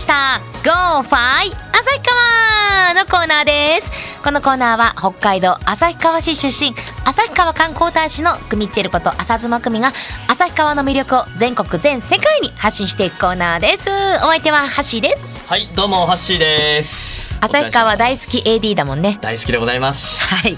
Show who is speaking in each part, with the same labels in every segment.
Speaker 1: した「Go! ファイ旭川」のコーナーですこのコーナーは北海道旭川市出身旭川観光大使のクミッチェルこと浅妻久美が旭川の魅力を全国全世界に発信していくコーナーですお相手はハッシーです
Speaker 2: はい、どうも、ハッシーです。
Speaker 1: 旭川大好き AD だもんね
Speaker 2: 大好きでございます。
Speaker 1: はい。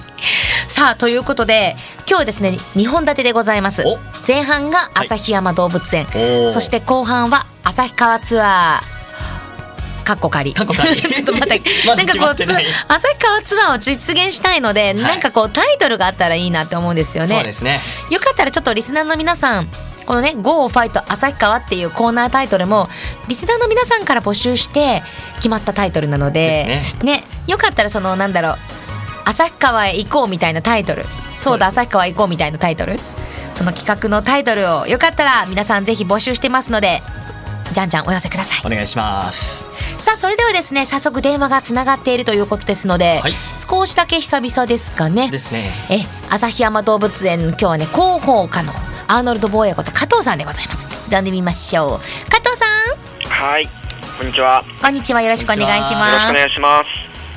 Speaker 1: さあということで今日はですね2本立てでございます
Speaker 2: お
Speaker 1: 前半が旭山動物園、
Speaker 2: おー
Speaker 1: そして後半は旭川ツアーかっこ仮
Speaker 2: 過去から。ち
Speaker 1: ちょっと待って、
Speaker 2: ま
Speaker 1: な
Speaker 2: だ
Speaker 1: んかこ
Speaker 2: 決ま
Speaker 1: う
Speaker 2: っ
Speaker 1: つ
Speaker 2: てない。
Speaker 1: 旭川ツアーを実現したいので、なんかこうタイトルがあったらいいなって思うんですよ
Speaker 2: そう
Speaker 1: ね
Speaker 2: で。すね。
Speaker 1: よかったらちょっとリスナーの皆さんこのね「GO! ファイト旭川」っていうコーナータイトルもリスナーの皆さんから募集して決まったタイトルなので
Speaker 2: です
Speaker 1: ねよかったらそのなんだろう「旭川へ行こう」みたいなタイトルそうだ
Speaker 2: そうです
Speaker 1: 旭川へ行こうみたいなタイトルその企画のタイトルをよかったら皆さんぜひ募集してますのでじゃんじゃんお寄せください。
Speaker 2: お願いします。
Speaker 1: さあそれではですね早速電話がつながっているということですので、
Speaker 2: はい
Speaker 1: 少しだけ久々ですかね
Speaker 2: ですね。
Speaker 1: え旭山動物園今日はね広報課のアーノルド・坊やこと加藤さんでございます呼んでみましょう加藤さん
Speaker 3: はい、こんにちは。よ
Speaker 1: こんにちはよろしくお願いし
Speaker 3: ろしく
Speaker 1: ます
Speaker 3: お願いしま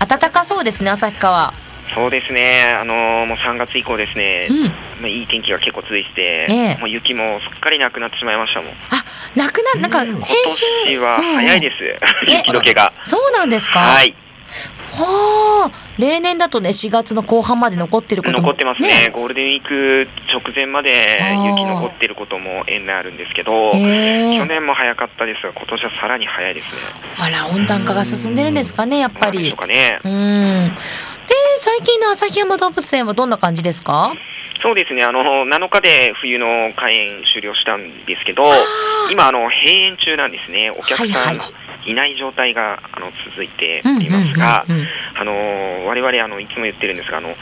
Speaker 3: す。
Speaker 1: 暖かそうですね旭川
Speaker 3: そうですね、あのーもう3月以降ですね、
Speaker 1: うん
Speaker 3: まあいい天気が結構続いてて、
Speaker 1: ええ
Speaker 3: もう雪もすっかりなくなってしまいましたもん。
Speaker 1: あなくななんか先週
Speaker 3: 今年は早いです、
Speaker 1: え
Speaker 3: 雪解けが。
Speaker 1: すそうなんですか
Speaker 3: はい、
Speaker 1: はあ例年だとね4月の後半まで残ってることも
Speaker 3: 残ってますねゴールデンウィーク直前まで
Speaker 1: あー
Speaker 3: 雪残ってることも園内あるんですけど、
Speaker 1: ええ
Speaker 3: 去年も早かったですが、今年はさらに早いですね。
Speaker 1: あら温暖化が進んでるんですかねやっぱ
Speaker 3: なんで
Speaker 1: り
Speaker 3: しょうかね
Speaker 1: う。ーん。で、最近の旭山動物園はどんな感じですか
Speaker 3: そうですね、あの7日で冬の開園終了したんですけど、今あの、閉園中なんですね、お客さ
Speaker 1: はい
Speaker 3: ん
Speaker 1: はい
Speaker 3: いない状態があの続いておりますが
Speaker 1: うんうんうんうん、
Speaker 3: あの我々あのいつも言ってるんですが、あの遊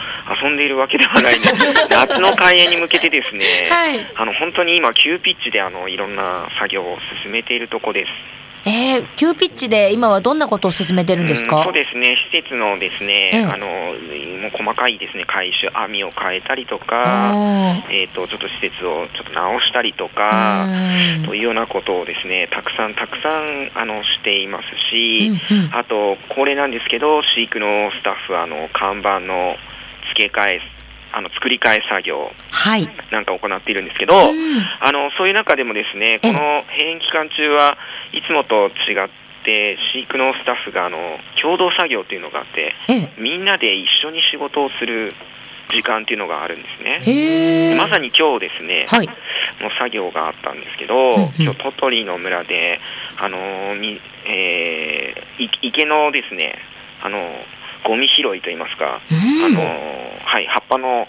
Speaker 3: んでいるわけではないんで、 夏の開園に向けてですね、
Speaker 1: はい
Speaker 3: あの本当に今、急ピッチであのいろんな作業を進めているところです。
Speaker 1: えー、急ピッチで今はどんなことを進めてるんですか、
Speaker 3: うんそうですね、施設のですね、
Speaker 1: ええ
Speaker 3: あのもう細かいですね回収、網を変えたりと
Speaker 1: あ
Speaker 3: か、えー、とちょっと施設をちょっと直したりとか、
Speaker 1: うん
Speaker 3: というようなことをですねたくさんたくさんあのしていますし、
Speaker 1: うんうん
Speaker 3: あと、恒例なんですけど、飼育のスタッフはあの看板の付け替え、あの作り替え作業
Speaker 1: はい。
Speaker 3: なんか行っているんですけど、
Speaker 1: うん
Speaker 3: あのそういう中でもですね、
Speaker 1: え
Speaker 3: こ
Speaker 1: え
Speaker 3: の閉園期間中はいつもと違って、飼育のスタッフがあの共同作業というのがあって、
Speaker 1: え
Speaker 3: みんなで一緒に仕事をする時間というのがあるんです
Speaker 1: えへ
Speaker 3: ね。
Speaker 1: え。
Speaker 3: まさに今日ですね、
Speaker 1: はい。
Speaker 3: の作業があったんですけど、
Speaker 1: んうん
Speaker 3: 今日鳥取の村で、あのーみえーい池のですね、あのーゴミ拾いといいますか、
Speaker 1: うん
Speaker 3: あのーはい、葉っぱの、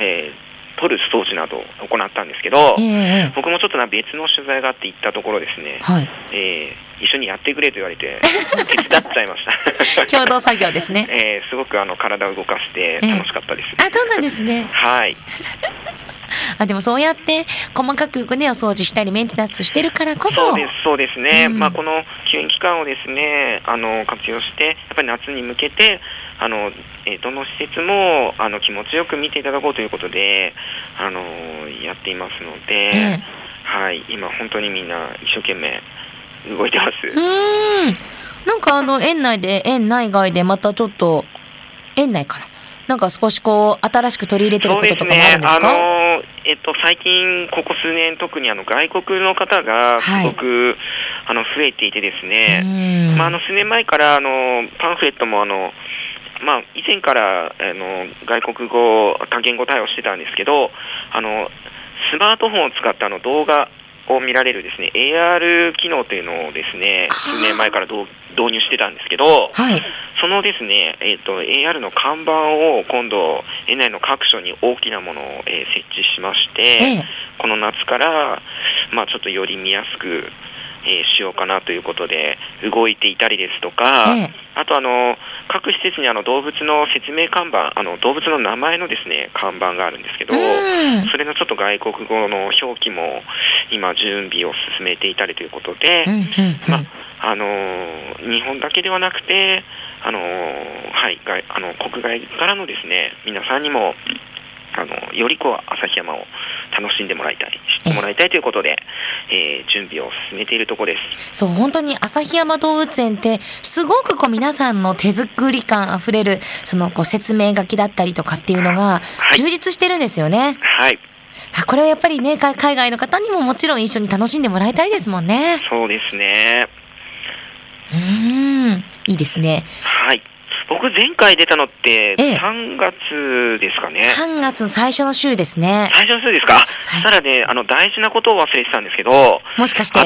Speaker 3: えー取る掃除などを行ったんですけど、
Speaker 1: ええ
Speaker 3: 僕もちょっとな別の取材があって行ったところですね、
Speaker 1: はい。
Speaker 3: えー一緒にやってくれと言わ れて、手伝っちゃいました。
Speaker 1: 共同作業ですね。
Speaker 3: えーすごくあの体を動かして楽しかったです。
Speaker 1: あ、そうなんですね。
Speaker 3: はい、
Speaker 1: あ、でもそうやって細かくね、お掃除したりメンテナンスしてるからこそ。
Speaker 3: そうです、そうですね。
Speaker 1: うん
Speaker 3: まあこの休園期間をですね、あの活用して、やっぱり夏に向けて、あのえーどの施設もあの気持ちよく見ていただこうということで、あのやっていますので、
Speaker 1: ええ
Speaker 3: はい、今本当にみんな一生懸命動いてます。
Speaker 1: うーん。なんかあの、園内で、園内外でまたちょっと、園内かな。なんか少しこう、新しく取り入れてる
Speaker 3: そう
Speaker 1: こ
Speaker 3: で
Speaker 1: とと
Speaker 3: す
Speaker 1: かもあ
Speaker 3: ね
Speaker 1: るん。です
Speaker 3: あ
Speaker 1: か
Speaker 3: のえっと最近ここ数年特にあの外国の方がすごく、あの増えていてですね。
Speaker 1: うん
Speaker 3: まあ、あの数年前からあのパンフレットもあの、まあ、以前からあの外国語、多言語対応してたんですけど、あのスマートフォンを使ったあの動画を見られるですね AR 機能というのをですね
Speaker 1: あー
Speaker 3: 数年前から導導入してたんですけど、
Speaker 1: はい。
Speaker 3: そのですね、えー、と AR の看板を今度、園内の各所に大きなものを、えー設置しまして、
Speaker 1: ええ
Speaker 3: この夏から、まあ、ちょっとより見やすく、えーしようかなということで、動いていたりですとか、
Speaker 1: ええ
Speaker 3: あとあの、各施設にあの動物の説明看板あの、動物の名前のですね看板があるんですけど、
Speaker 1: うん
Speaker 3: それのちょっと外国語の表記も今、準備を進めていたりということで。
Speaker 1: うんうんうん
Speaker 3: まああのー日本だけではなくて、あのーはい、外あの国外からのですね皆さんにも、あのよりこう旭山を楽しんでもらいたい、知
Speaker 1: え
Speaker 3: っ
Speaker 1: え
Speaker 3: てもらいたいということで、えー準備を進めているところです。
Speaker 1: そう、本当に旭山動物園って、すごくこう皆さんの手作り感あふれる、そのこう説明書きだったりとかっていうのが
Speaker 3: は、い
Speaker 1: 充実してるんですよね。
Speaker 3: はい、
Speaker 1: あこれはやっぱりね、海海外の方にももちろん一緒に楽しんでもらいたいですもんね。
Speaker 3: そうですね。
Speaker 1: うーん、いいですね。
Speaker 3: はい。僕前回出たのって
Speaker 1: ええ
Speaker 3: 3月ですかね。
Speaker 1: 3月の最初の週ですね。
Speaker 3: 最初の数ですか
Speaker 1: 最。
Speaker 3: ただね、あの大事なことを忘れてたんですけど、
Speaker 1: もしかして、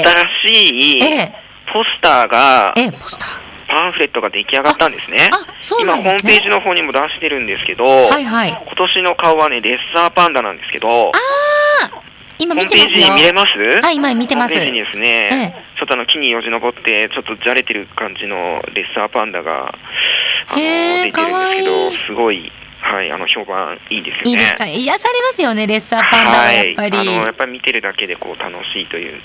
Speaker 3: 新しい
Speaker 1: ええ、
Speaker 3: ポスターが
Speaker 1: え、え、ポスター。
Speaker 3: パンフレットが出来上がったんですね。
Speaker 1: ああそうなんですね
Speaker 3: 今ホームページの方にも出してるんですけど、
Speaker 1: はいはい。
Speaker 3: 今年の顔はね、レッサーパンダなんですけど、ホ
Speaker 1: 今
Speaker 3: ー
Speaker 1: 見
Speaker 3: ム
Speaker 1: て
Speaker 3: ペ
Speaker 1: ま
Speaker 3: ー
Speaker 1: す
Speaker 3: ジ
Speaker 1: よ。
Speaker 3: 見れます
Speaker 1: はい、今見てます
Speaker 3: ホー。ムページにですね、
Speaker 1: え
Speaker 3: ちょっとあの木によじ登って、ちょっとじゃれてる感じのレッサーパンダが、あの、
Speaker 1: へー
Speaker 3: 出てるんですけ
Speaker 1: かわ
Speaker 3: ど、
Speaker 1: いい
Speaker 3: すごい、はい、あの、評判いいですよね。
Speaker 1: いいですか癒されますよね、レッサーパンダは
Speaker 3: は
Speaker 1: や
Speaker 3: い
Speaker 1: っ、ぱり。
Speaker 3: あのやっぱり見てるだけでこう楽しいという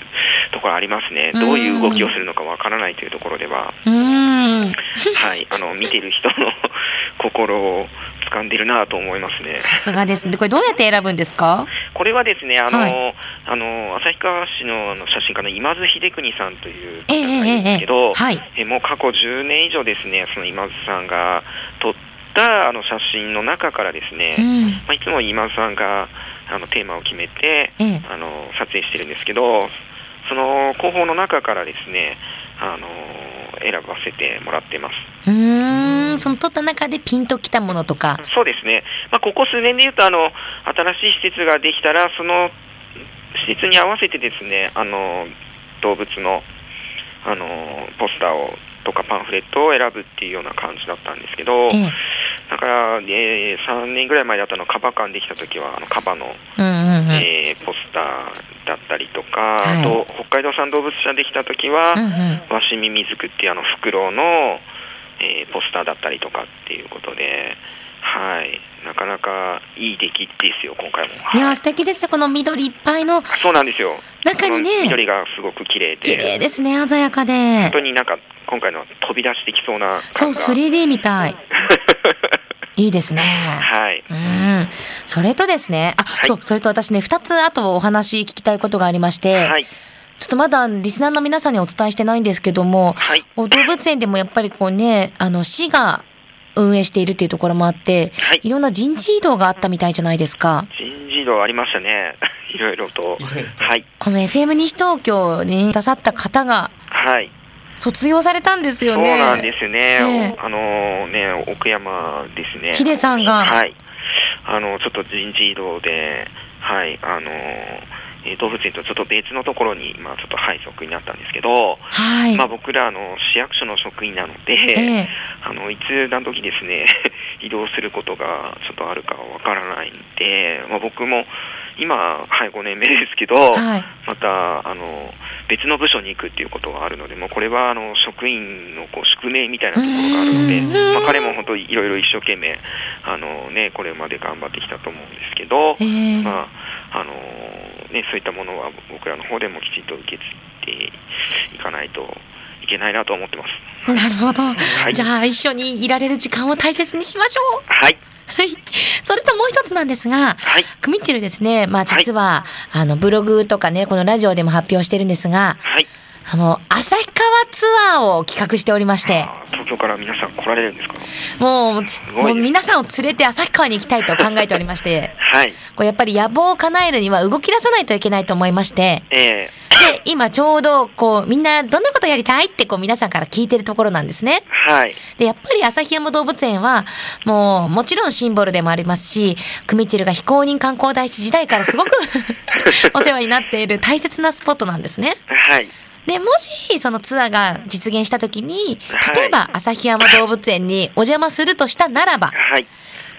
Speaker 3: ところありますね、
Speaker 1: うん
Speaker 3: どういう動きをするのかわからないというところでは、
Speaker 1: うーん。
Speaker 3: はい、あの見てる人の 心を掴んでるなと思いますね。
Speaker 1: さすがですね。でこれどうやって選ぶんですか
Speaker 3: これはですね、あの、
Speaker 1: はい
Speaker 3: あの旭川市のあの写真家の今津秀邦さんという
Speaker 1: ええ
Speaker 3: 方がいるんですけど、
Speaker 1: ええええはい
Speaker 3: えもう過去10年以上ですね、その今津さんが撮ったあの写真の中からですね、
Speaker 1: うん。
Speaker 3: まあ、いつも今津さんがあのテーマを決めて、
Speaker 1: ええ。
Speaker 3: あの撮影してるんですけど、その広報の中からですね、あの選ばせてもらってます。
Speaker 1: うーん。その撮った中でピンときたものとか。
Speaker 3: そうですね。まあここ数年で言うとあの新しい施設ができたらその施設に合わせてですね、あの動物のあのポスターをとかパンフレットを選ぶっていうような感じだったんですけど、
Speaker 1: ええ。
Speaker 3: だから、えー3年ぐらい前だったのカバ館できた時はあのカバの
Speaker 1: うんうんうん。
Speaker 3: えーポスターだったりとか、
Speaker 1: はい
Speaker 3: あと北海道産動物舎できた時は、
Speaker 1: うんうん。
Speaker 3: ワシミミズクっていうあのフクロウの、えーポスターだったりとかっていうことで、はい、なかなかいい出来ですよ、今回も。
Speaker 1: い
Speaker 3: は
Speaker 1: や、
Speaker 3: い
Speaker 1: 素敵ですね。この緑いっぱいの
Speaker 3: そうなんですよ。
Speaker 1: 中に
Speaker 3: この
Speaker 1: ね、
Speaker 3: 緑がすごく綺麗で、
Speaker 1: 綺麗ですね。鮮やかで
Speaker 3: 本。当になんか今回のは飛び出してきそうな
Speaker 1: そう、
Speaker 3: 感が
Speaker 1: 3D みたい。いいですね。
Speaker 3: はい。
Speaker 1: うん。それとですね、あ、
Speaker 3: はい
Speaker 1: そう、それと私ね、二つ後お話聞きたいことがありまして、
Speaker 3: はい。
Speaker 1: ちょっとまだリスナーの皆さんにお伝えしてないんですけども、
Speaker 3: はい。
Speaker 1: こう動物園でもやっぱりこうね、あの、市が運営しているっていうところもあって、
Speaker 3: はい
Speaker 1: いろんな人事異動があったみたいじゃないですか。
Speaker 3: 人事異動ありましたね。 いろいろと。
Speaker 2: いろいろと
Speaker 3: はい。
Speaker 1: この FM 西東京にくださった方が
Speaker 3: はい。
Speaker 1: 卒業されたんですよね。
Speaker 3: そうなんですね
Speaker 1: ええ。
Speaker 3: あのね、奥山ですね。
Speaker 1: ヒデさんが
Speaker 3: はい。あの、ちょっと人事異動で、はい、あの、えー動物園とちょっと別のところに、まあちょっと配属になったんですけど、
Speaker 1: はい。
Speaker 3: まあ僕ら、あの、市役所の職員なので、
Speaker 1: ええ
Speaker 3: あの、いつ何時ですね、 移動することがちょっとあるかわからないんで、まあ僕も、今、はい、5年目ですけど、
Speaker 1: はい。
Speaker 3: またあの別の部署に行くっていうことがあるので、もうこれはあの職員のこう宿命みたいなところがあるので、
Speaker 1: うん
Speaker 3: まあ、彼も本当いろいろ一生懸命あの、ね、これまで頑張ってきたと思うんですけど、
Speaker 1: ええ
Speaker 3: まああのね、そういったものは僕らの方でもきちんと受け継いでいかないといけないなと思ってます。
Speaker 1: なるほど。
Speaker 3: い
Speaker 1: じゃあ一緒にいられる時間を大切にしましょう。
Speaker 3: はい、
Speaker 1: はい。それともう一つなんですが、
Speaker 3: はい、
Speaker 1: クミッチェルですね、まあ実は、あの、ブログとかね、このラジオでも発表してるんですが、
Speaker 3: はい。
Speaker 1: あの、旭川ツアーを企画しておりまして、
Speaker 3: あー東京から皆さん来られるんですか
Speaker 1: もう、
Speaker 3: ごいです
Speaker 1: もう皆さんを連れて旭川に行きたいと考えておりまして、
Speaker 3: はい、
Speaker 1: こうやっぱり野望を叶えるには動き出さないといけないと思いまして、
Speaker 3: えー、
Speaker 1: で、今ちょうど、こう、みんなどんなことやりたいって、こう皆さんから聞いてるところなんですね。
Speaker 3: はい、
Speaker 1: で、やっぱり旭山動物園は、もう、もちろんシンボルでもありますし、クミッチェルが非公認観光大使時代からすごく お世話になっている大切なスポットなんですね。
Speaker 3: はい、
Speaker 1: で、もし、そのツアーが実現した時に、例え
Speaker 3: は
Speaker 1: ば旭山動物園にお邪魔するとしたならば、
Speaker 3: はい。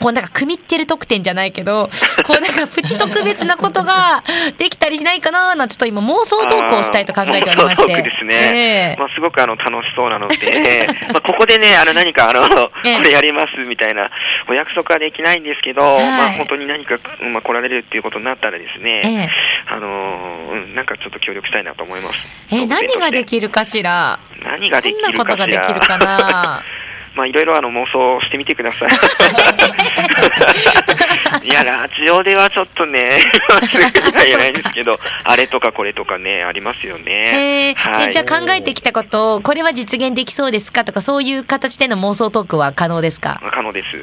Speaker 1: こうなんかクミッチェル特典じゃないけど、こうなんかプチ特別なことが できたりしないかなーなんてちょっと今妄想トークをしたいと考えておりまし
Speaker 3: 妄想トー
Speaker 1: て。
Speaker 3: クですね。
Speaker 1: ええ
Speaker 3: まあ、すごくあの楽しそうなので、 まあここでね、あの何かあの、こ
Speaker 1: ええ
Speaker 3: れやりますみたいなお約束はできないんですけど、
Speaker 1: い
Speaker 3: まあ本当に何か、まあ、来られるっていうことになったらですね、
Speaker 1: ええ
Speaker 3: あのーうん、なんかちょっと協力したいなと思います。
Speaker 1: え、何がで
Speaker 3: き
Speaker 1: きるかしら
Speaker 3: 何ができ
Speaker 1: どんな
Speaker 3: る
Speaker 1: こと
Speaker 3: か
Speaker 1: が
Speaker 3: し
Speaker 1: で
Speaker 3: ら
Speaker 1: きるかな
Speaker 3: まあいろいろあの妄想してみてください。いや、ラジオではちょっとね、 忘れてはいけないんですけど、あれとかこれとかね、ありますよ
Speaker 1: へ え
Speaker 3: ね。
Speaker 1: えじゃあ考えてきたことをこれは実現できそうですかとかそういう形での妄想トークは可能ですか
Speaker 3: 可能です。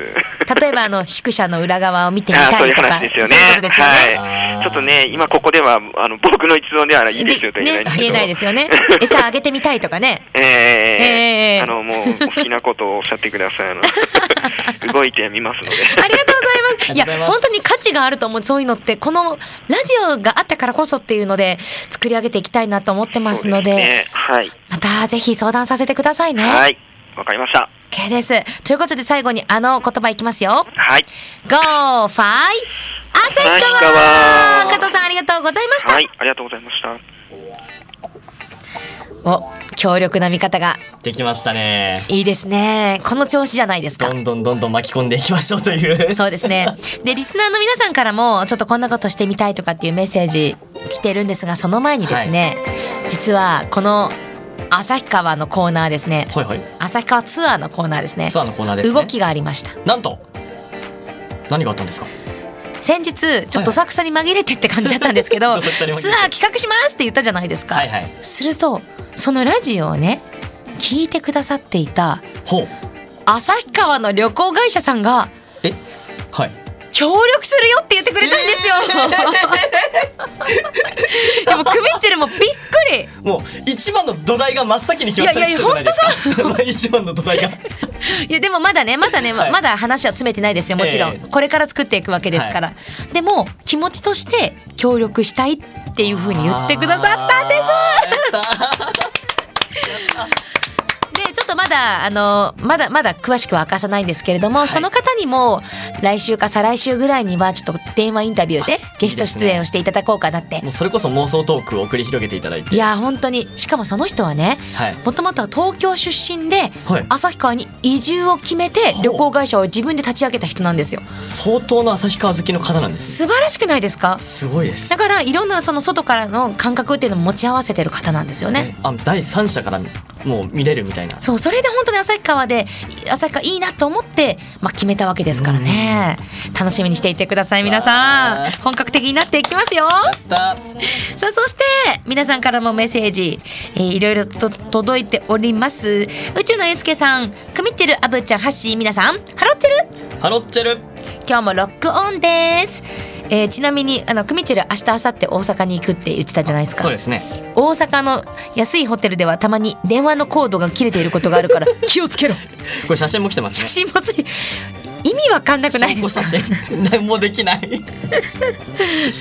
Speaker 1: 例え ばあの宿舎の裏側を見てみ
Speaker 3: あー
Speaker 1: た
Speaker 3: そうい
Speaker 1: いうと か
Speaker 3: 話ですよね。
Speaker 1: そういうことですよね。
Speaker 2: あ
Speaker 3: は
Speaker 2: ー
Speaker 3: い。ちょっとね、今ここでは、あの、僕の一存ではないいですよとは言えない
Speaker 1: ね
Speaker 3: んですけど。
Speaker 1: 言えないですよ ね餌あげてみたいとかね
Speaker 3: え
Speaker 1: え
Speaker 3: え
Speaker 1: え
Speaker 3: あの、もう、お好きなことをおっしゃってください。あ の動いてみますので。
Speaker 1: ありがとうございます。いや
Speaker 2: ありがとうござい、ます
Speaker 1: 本当に価値があると思う、そういうのって、このラジオがあったからこそっていうので、作り上げていきたいなと思ってますので、
Speaker 3: そうすねはい。
Speaker 1: またぜひ相談させてくださいね。
Speaker 3: はい。わかりました。
Speaker 1: OK です。ということで最後にあの言葉いきますよ。
Speaker 3: はい。
Speaker 1: Go, f i 旭
Speaker 3: 旭
Speaker 1: 川
Speaker 3: 川
Speaker 1: 加藤さんありがとうございました。
Speaker 3: はい。ありがとうございました。
Speaker 1: お、強力な味方が
Speaker 2: できましたね。
Speaker 1: いいですね。この調子じゃないですか
Speaker 2: ど。んどんどんどん巻き込んでい きましょうという。
Speaker 1: そうですね。で、リスナーの皆さんからも、ちょっとこんなことしてみたいとかっていうメッセージ来てるんですが、その前にですね、実はこの旭川のコーナーですね、
Speaker 2: はいはい。
Speaker 1: 旭川ツアーのコーナーですね
Speaker 2: ツ、アーのコーナーですね。
Speaker 1: 動きがありました。
Speaker 2: なんと何があったんですか
Speaker 1: 先日、ちょっと浅草に紛れてって感じだったんです けど、
Speaker 2: どさくさに紛れて
Speaker 1: ツアー企画しますって言ったじゃないですか。
Speaker 2: はいはい。
Speaker 1: すると、そのラジオをね、聞いてくださっていた
Speaker 2: ほう。
Speaker 1: 旭川の旅行会社さんが、
Speaker 2: え はい。
Speaker 1: 協力するよって言ってくれたんですよ。でもクミッチェルもびっくり。
Speaker 2: もう一番の土台が真っ先に来ました
Speaker 1: いやいや
Speaker 2: じゃないです か。一番の土台が。
Speaker 1: いやでもまだねまだね、
Speaker 2: はい
Speaker 1: まだ話は詰めてないですよもちろん、
Speaker 2: ええ
Speaker 1: これから作っていくわけですから、でも気持ちとして協力したいっていうふうに言ってくださったんですでちょっとまだあのまだまだ詳しくは明かさないんですけれども、
Speaker 2: い
Speaker 1: その方にも来週か再来週ぐらいにはちょっと電話インタビューでゲスト出演をしていただこうかなってい,、
Speaker 2: もうそれこそ妄想トークを繰り広げていただいて。
Speaker 1: や本当にしかもその人はね
Speaker 2: はい。
Speaker 1: もともとは東京出身で
Speaker 2: はい
Speaker 1: 旭川に移住を決めて
Speaker 2: ほう
Speaker 1: 旅行会社を自分で立ち上げた人なんですよ
Speaker 2: 相当の旭川好きの方なんです。
Speaker 1: 素晴らしくないですか
Speaker 2: すごいです。
Speaker 1: だからいろんなその外からの感覚っていうのを持ち合わせてる方なんですよね。
Speaker 2: え。あ第三者からもう見れるみたいな。
Speaker 1: そうそれで本当に旭川でい旭川いいなと思って、まあ、決めたわけですからね楽しみにしていてください皆さん
Speaker 2: わ
Speaker 1: 本格的になっていきますよ
Speaker 2: やった。
Speaker 1: さあそして皆さんからもメッセージ、えーいろいろと届いております宇宙のゆうすけさんくみってるあぶちゃんはっしー皆さんハロッチェル
Speaker 2: ハロッチェル。
Speaker 1: 今日もロックオンです、えーちなみにあのくみってる明日明後日大阪に行くって言ってたじゃないですか
Speaker 2: そうですね。
Speaker 1: 大阪の安いホテルではたまに電話のコードが切れていることがあるから 気をつけろ
Speaker 2: これ写真も来てますね
Speaker 1: 写。真もつい意味わかんなくないですか
Speaker 2: 証拠写真。何もできない。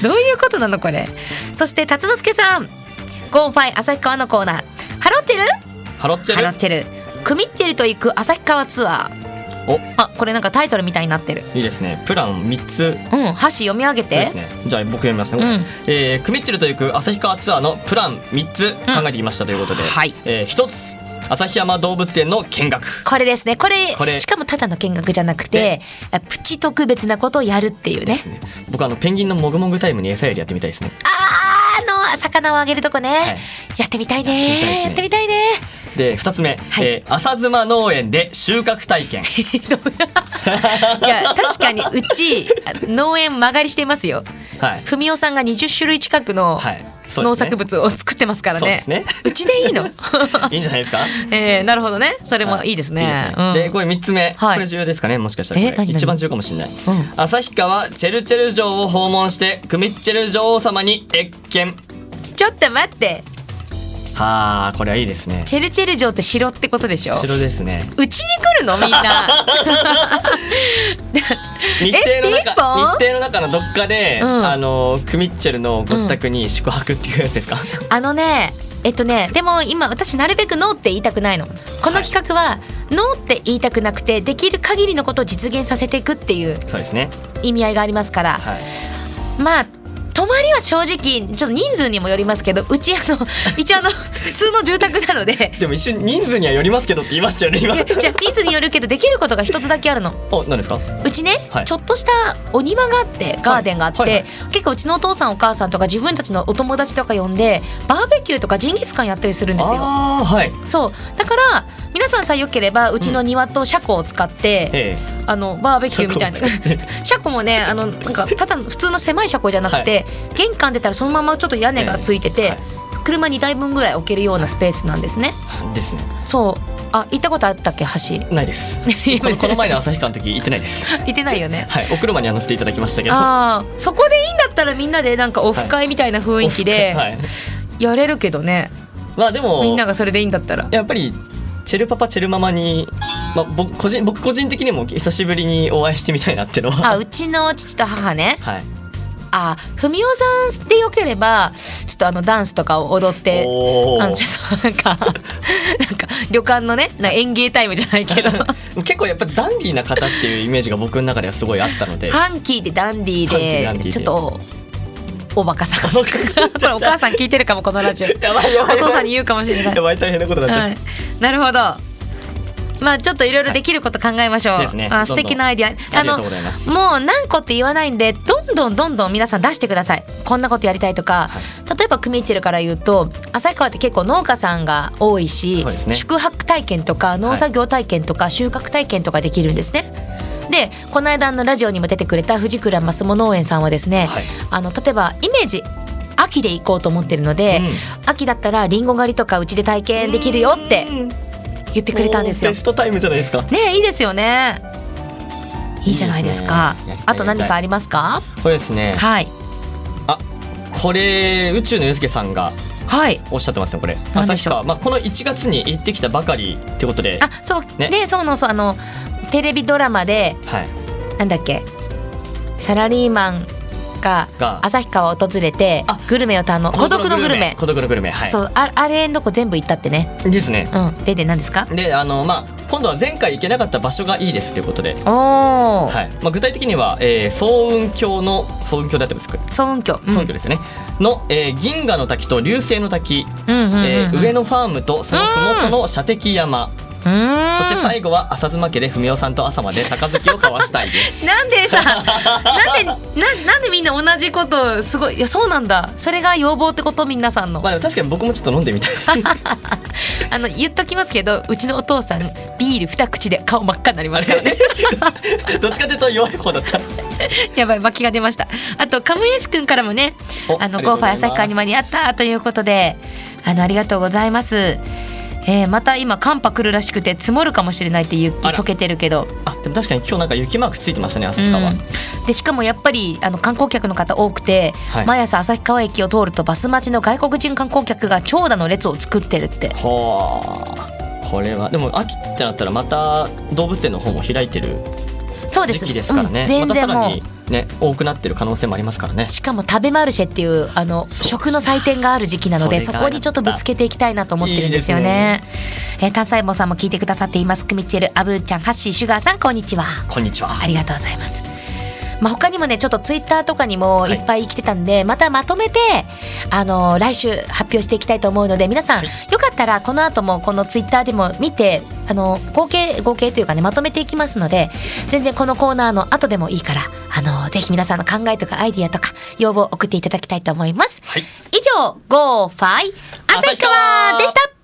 Speaker 1: どういうことなのこれそして辰之助さんゴーファイ旭川のコーナーハロッチェル
Speaker 2: ハロッチ
Speaker 1: ハロ
Speaker 2: ェ
Speaker 1: ッ
Speaker 2: ル。
Speaker 1: チェルクミッチェルと行く旭川ツアー
Speaker 2: お、
Speaker 1: あこれなんかタイトルみたいになってる
Speaker 2: いいですね。プラン三つ
Speaker 1: うん箸読み上げ
Speaker 2: そう
Speaker 1: て、
Speaker 2: ですね。じゃあ僕読みますね。
Speaker 1: うん
Speaker 2: えークミッチェルというく旭川ツアーのプラン3つ考えてきましたということで、
Speaker 1: はい
Speaker 2: えー1つ旭山動物園の見学
Speaker 1: これですねこれ
Speaker 2: これ
Speaker 1: しかもただの見学じゃなくてあプチ特別なことをやるっていう
Speaker 2: で
Speaker 1: ね
Speaker 2: すね。僕あのペンギンのもぐもぐタイムに餌やりやってみたいですね。
Speaker 1: あーあの魚をあげるとこね、
Speaker 2: はい
Speaker 1: やってみたいねや
Speaker 2: や
Speaker 1: っ
Speaker 2: ってて
Speaker 1: み
Speaker 2: み
Speaker 1: たいね
Speaker 2: で2つ目、
Speaker 1: はい
Speaker 2: えー浅妻農園で収穫体 験。
Speaker 1: いや確かにうちあ農園曲がりしていますよ
Speaker 2: はい。
Speaker 1: 文雄さんが20種類近くの
Speaker 2: はいそうですね
Speaker 1: 農作物を作ってますから
Speaker 2: そう
Speaker 1: ね,、
Speaker 2: ですね
Speaker 1: ちでいい の
Speaker 2: いいんじゃないですか。
Speaker 1: えー、なるほどねそれもいい ですね,うん、
Speaker 2: はいでこれ三つ目、
Speaker 1: はい
Speaker 2: これ重要ですかねもしかしたら
Speaker 1: え
Speaker 2: これ
Speaker 1: 何何
Speaker 2: 一番重要かもしれない、
Speaker 1: ん
Speaker 2: 旭川チェルチェル城を訪問してクミッチェル女王様に謁見
Speaker 1: ちょっと待って
Speaker 2: はあこれはいいですね
Speaker 1: チェルチェル城って城ってことでしょ
Speaker 2: 城ですね
Speaker 1: うちに来るの みんな
Speaker 2: 日程の
Speaker 1: ピンポン
Speaker 2: 中日程の中のどっかで、
Speaker 1: うん
Speaker 2: あのクミッチェルのご自宅に宿泊っていうやつですか、
Speaker 1: あのねえっとねでも今私なるべくノーって言いたくないのこの企画は、ノーって言いたくなくてできる限りのことを実現させていくっていう
Speaker 2: そうですね
Speaker 1: 意味合いがありますから、
Speaker 2: はい
Speaker 1: まあ泊まりは正直ちょっと人数にもよりますけどうちあ の一応あの普通の住宅なので
Speaker 2: でも一瞬人数にはよりますけどって言いましたよね今
Speaker 1: いやじゃあ人数によるけどできることが一つだけあるの
Speaker 2: お何ですか
Speaker 1: うちね、
Speaker 2: はい
Speaker 1: ちょっとしたお庭があってガーデンがあって、
Speaker 2: はいはい
Speaker 1: 結構うちのお父さんお母さんとか自分たちのお友達とか呼んでバーベキューとかジンギスカンやったりするんですよ
Speaker 2: ああはい
Speaker 1: そうだから皆さんさえよければうちの庭と車庫を使って、
Speaker 2: え
Speaker 1: あのバーベキューみたいな
Speaker 2: 車庫を使 っ
Speaker 1: 車庫もねあのなんかただの普通の狭い車庫じゃなくて、玄関出たらそのままちょっと屋根がついてて、
Speaker 2: ええはい
Speaker 1: 車2台分ぐらい置けるようなスペースなんですね、
Speaker 2: えですね
Speaker 1: そうあ行ったことあったっけ橋
Speaker 2: な いですこのこの前の旭川の時行ってないです
Speaker 1: 行ってないよね
Speaker 2: はいお車にあのせていただきましたけど
Speaker 1: ああそこでいいんだったらみんなでなんかオフ会みたいな雰囲気で
Speaker 2: はい、
Speaker 1: やれるけどね、
Speaker 2: まあでも
Speaker 1: みんながそれでいいんだったら
Speaker 2: やっぱりチェルパパチェルママに、まあ、僕個人僕個人的にも久しぶりにお会いしてみたいなっていうのは
Speaker 1: あうちの父と母ね
Speaker 2: はい
Speaker 1: あ文雄さんでよければちょっとあのダンスとかを踊って
Speaker 2: おー
Speaker 1: あのち ょっとなんかなんか旅館のねな園芸タイムじゃないけど
Speaker 2: 結構やっぱダンディーな方っていうイメージが僕の中ではすごいあったので
Speaker 1: ファンキーでダンディ
Speaker 2: ファンキーダン
Speaker 1: ーで
Speaker 2: ディーで
Speaker 1: ちょっとおバカさん これお母さん聞いてるかもこのラジオ
Speaker 2: やばいや
Speaker 1: お
Speaker 2: ばいや
Speaker 1: 父さ
Speaker 2: ば
Speaker 1: ん
Speaker 2: い
Speaker 1: に言うかもしれない
Speaker 2: やばい大変なことになっちゃ
Speaker 1: は
Speaker 2: っ
Speaker 1: い、なるほどまあちょっといろいろできること考えましょう、
Speaker 2: はいですね
Speaker 1: あ
Speaker 2: ど
Speaker 1: 素
Speaker 2: んどん
Speaker 1: 敵なアイディア
Speaker 2: ありがとうございます
Speaker 1: もう何個って言わないんでどんどんどんどん皆さん出してくださいこんなことやりたいとか、例えばクミッチェルから言うと旭川って結構農家さんが多いし、
Speaker 2: そうですね
Speaker 1: 宿泊体験とか農作業体験とか収穫体験とかできるんですね、でこの間のラジオにも出てくれた藤倉マスモ農園さんはですね、
Speaker 2: はい
Speaker 1: あの例えばイメージ秋で行こうと思ってるので、
Speaker 2: うん
Speaker 1: 秋だったらリンゴ狩りとかうちで体験できるよって言って
Speaker 2: て
Speaker 1: くれたんですよ
Speaker 2: テ。ストタイムじゃないですか
Speaker 1: ねえいいですよね。いいじゃないですか。
Speaker 2: いいですね
Speaker 1: あと何かありますか？
Speaker 2: これですね
Speaker 1: はい
Speaker 2: あこれ宇宙のゆうすけさんが
Speaker 1: はい。
Speaker 2: おっしゃってますねこれ
Speaker 1: 何でし
Speaker 2: 旭
Speaker 1: ょう
Speaker 2: 川、まあ、この1月に行ってきたばかりってことで
Speaker 1: あそう、
Speaker 2: ね
Speaker 1: でそうのそうあのテレビドラマで
Speaker 2: はい
Speaker 1: なんだっけサラリーマンが
Speaker 2: が
Speaker 1: 旭川を訪れて
Speaker 2: あ
Speaker 1: グルメを頼む孤独のグルメ。
Speaker 2: 孤独のグルメは
Speaker 1: そうああれのこ全部行ったってね。
Speaker 2: いですね
Speaker 1: うんでで何ですか？
Speaker 2: であのまあ今度は前回行けなかった場所がいいですということで、
Speaker 1: おお、
Speaker 2: はいまあ、具体的には、えー、早雲峡の早雲峡であってますか
Speaker 1: 総運挙。うん
Speaker 2: 早雲峡ですよね、の、えー銀河の滝と流星の滝、
Speaker 1: うんうんうんうん
Speaker 2: えー上野ファームとその麓の射的山、
Speaker 1: うーん
Speaker 2: そして最後は浅妻家で文雄さんと朝まで杯を交わしたいで す
Speaker 1: なんでさなんでななんでみんな同じことすごいいやそうなんだそれが要望ってこと皆さんの
Speaker 2: まあでも確かに僕もちょっと飲んでみたい
Speaker 1: あの言っときますけどうちのお父さんビール二口で顔真っ赤になりますからね
Speaker 2: どっちかというと弱い方だった
Speaker 1: やばい巻きが出ましたあとカムイエス君からもね
Speaker 2: お
Speaker 1: あ
Speaker 2: あ
Speaker 1: の
Speaker 2: りが
Speaker 1: ゴ
Speaker 2: と
Speaker 1: ー
Speaker 2: う
Speaker 1: ファー
Speaker 2: ございま
Speaker 1: 旭
Speaker 2: す
Speaker 1: 川に間に合ったということであのありがとうございますえーまた今寒波来るらしくて積もるかもしれないって雪
Speaker 2: あら
Speaker 1: 溶けてるけど
Speaker 2: あでも確かに今日なんか雪マークついてましたね旭川、
Speaker 1: うんでしかもやっぱりあの観光客の方多くて、
Speaker 2: はい
Speaker 1: 毎朝旭川駅を通るとバス待ちの外国人観光客が長蛇の列を作ってるって
Speaker 2: はあこれはでも秋ってなったらまた動物園の方も開いてる
Speaker 1: そうです
Speaker 2: 時期ですからね、
Speaker 1: うん全
Speaker 2: またさ
Speaker 1: 然
Speaker 2: ら
Speaker 1: も
Speaker 2: に
Speaker 1: う
Speaker 2: ね多くなってる可能性もありますからね
Speaker 1: しかも食べマルシェっていうあの
Speaker 2: そう
Speaker 1: 食の祭典がある時期なのでそ
Speaker 2: それが
Speaker 1: こにちょっとぶつけていきたいなと思ってるんですよねえー関西坊さんも聞いてくださっていますクミッチェルアブーちゃんハッシーシュガーさんこんにちは
Speaker 2: こんにちは
Speaker 1: ありがとうございます。まあ、他にもねちょっとツイッターとかにも
Speaker 2: はい
Speaker 1: いっぱい来てたんで、またまとめてあの来週発表していきたいと思うので皆さん、よかったらこの後もこのツイッターでも見てあの合計合計というかねまとめていきますので全然このコーナーの後でもいいからあのぜひ皆さんの考えとかアイディアとか要望を送っていただきたいと思います。
Speaker 2: はい
Speaker 1: 以上「GO! ファイ」旭川でした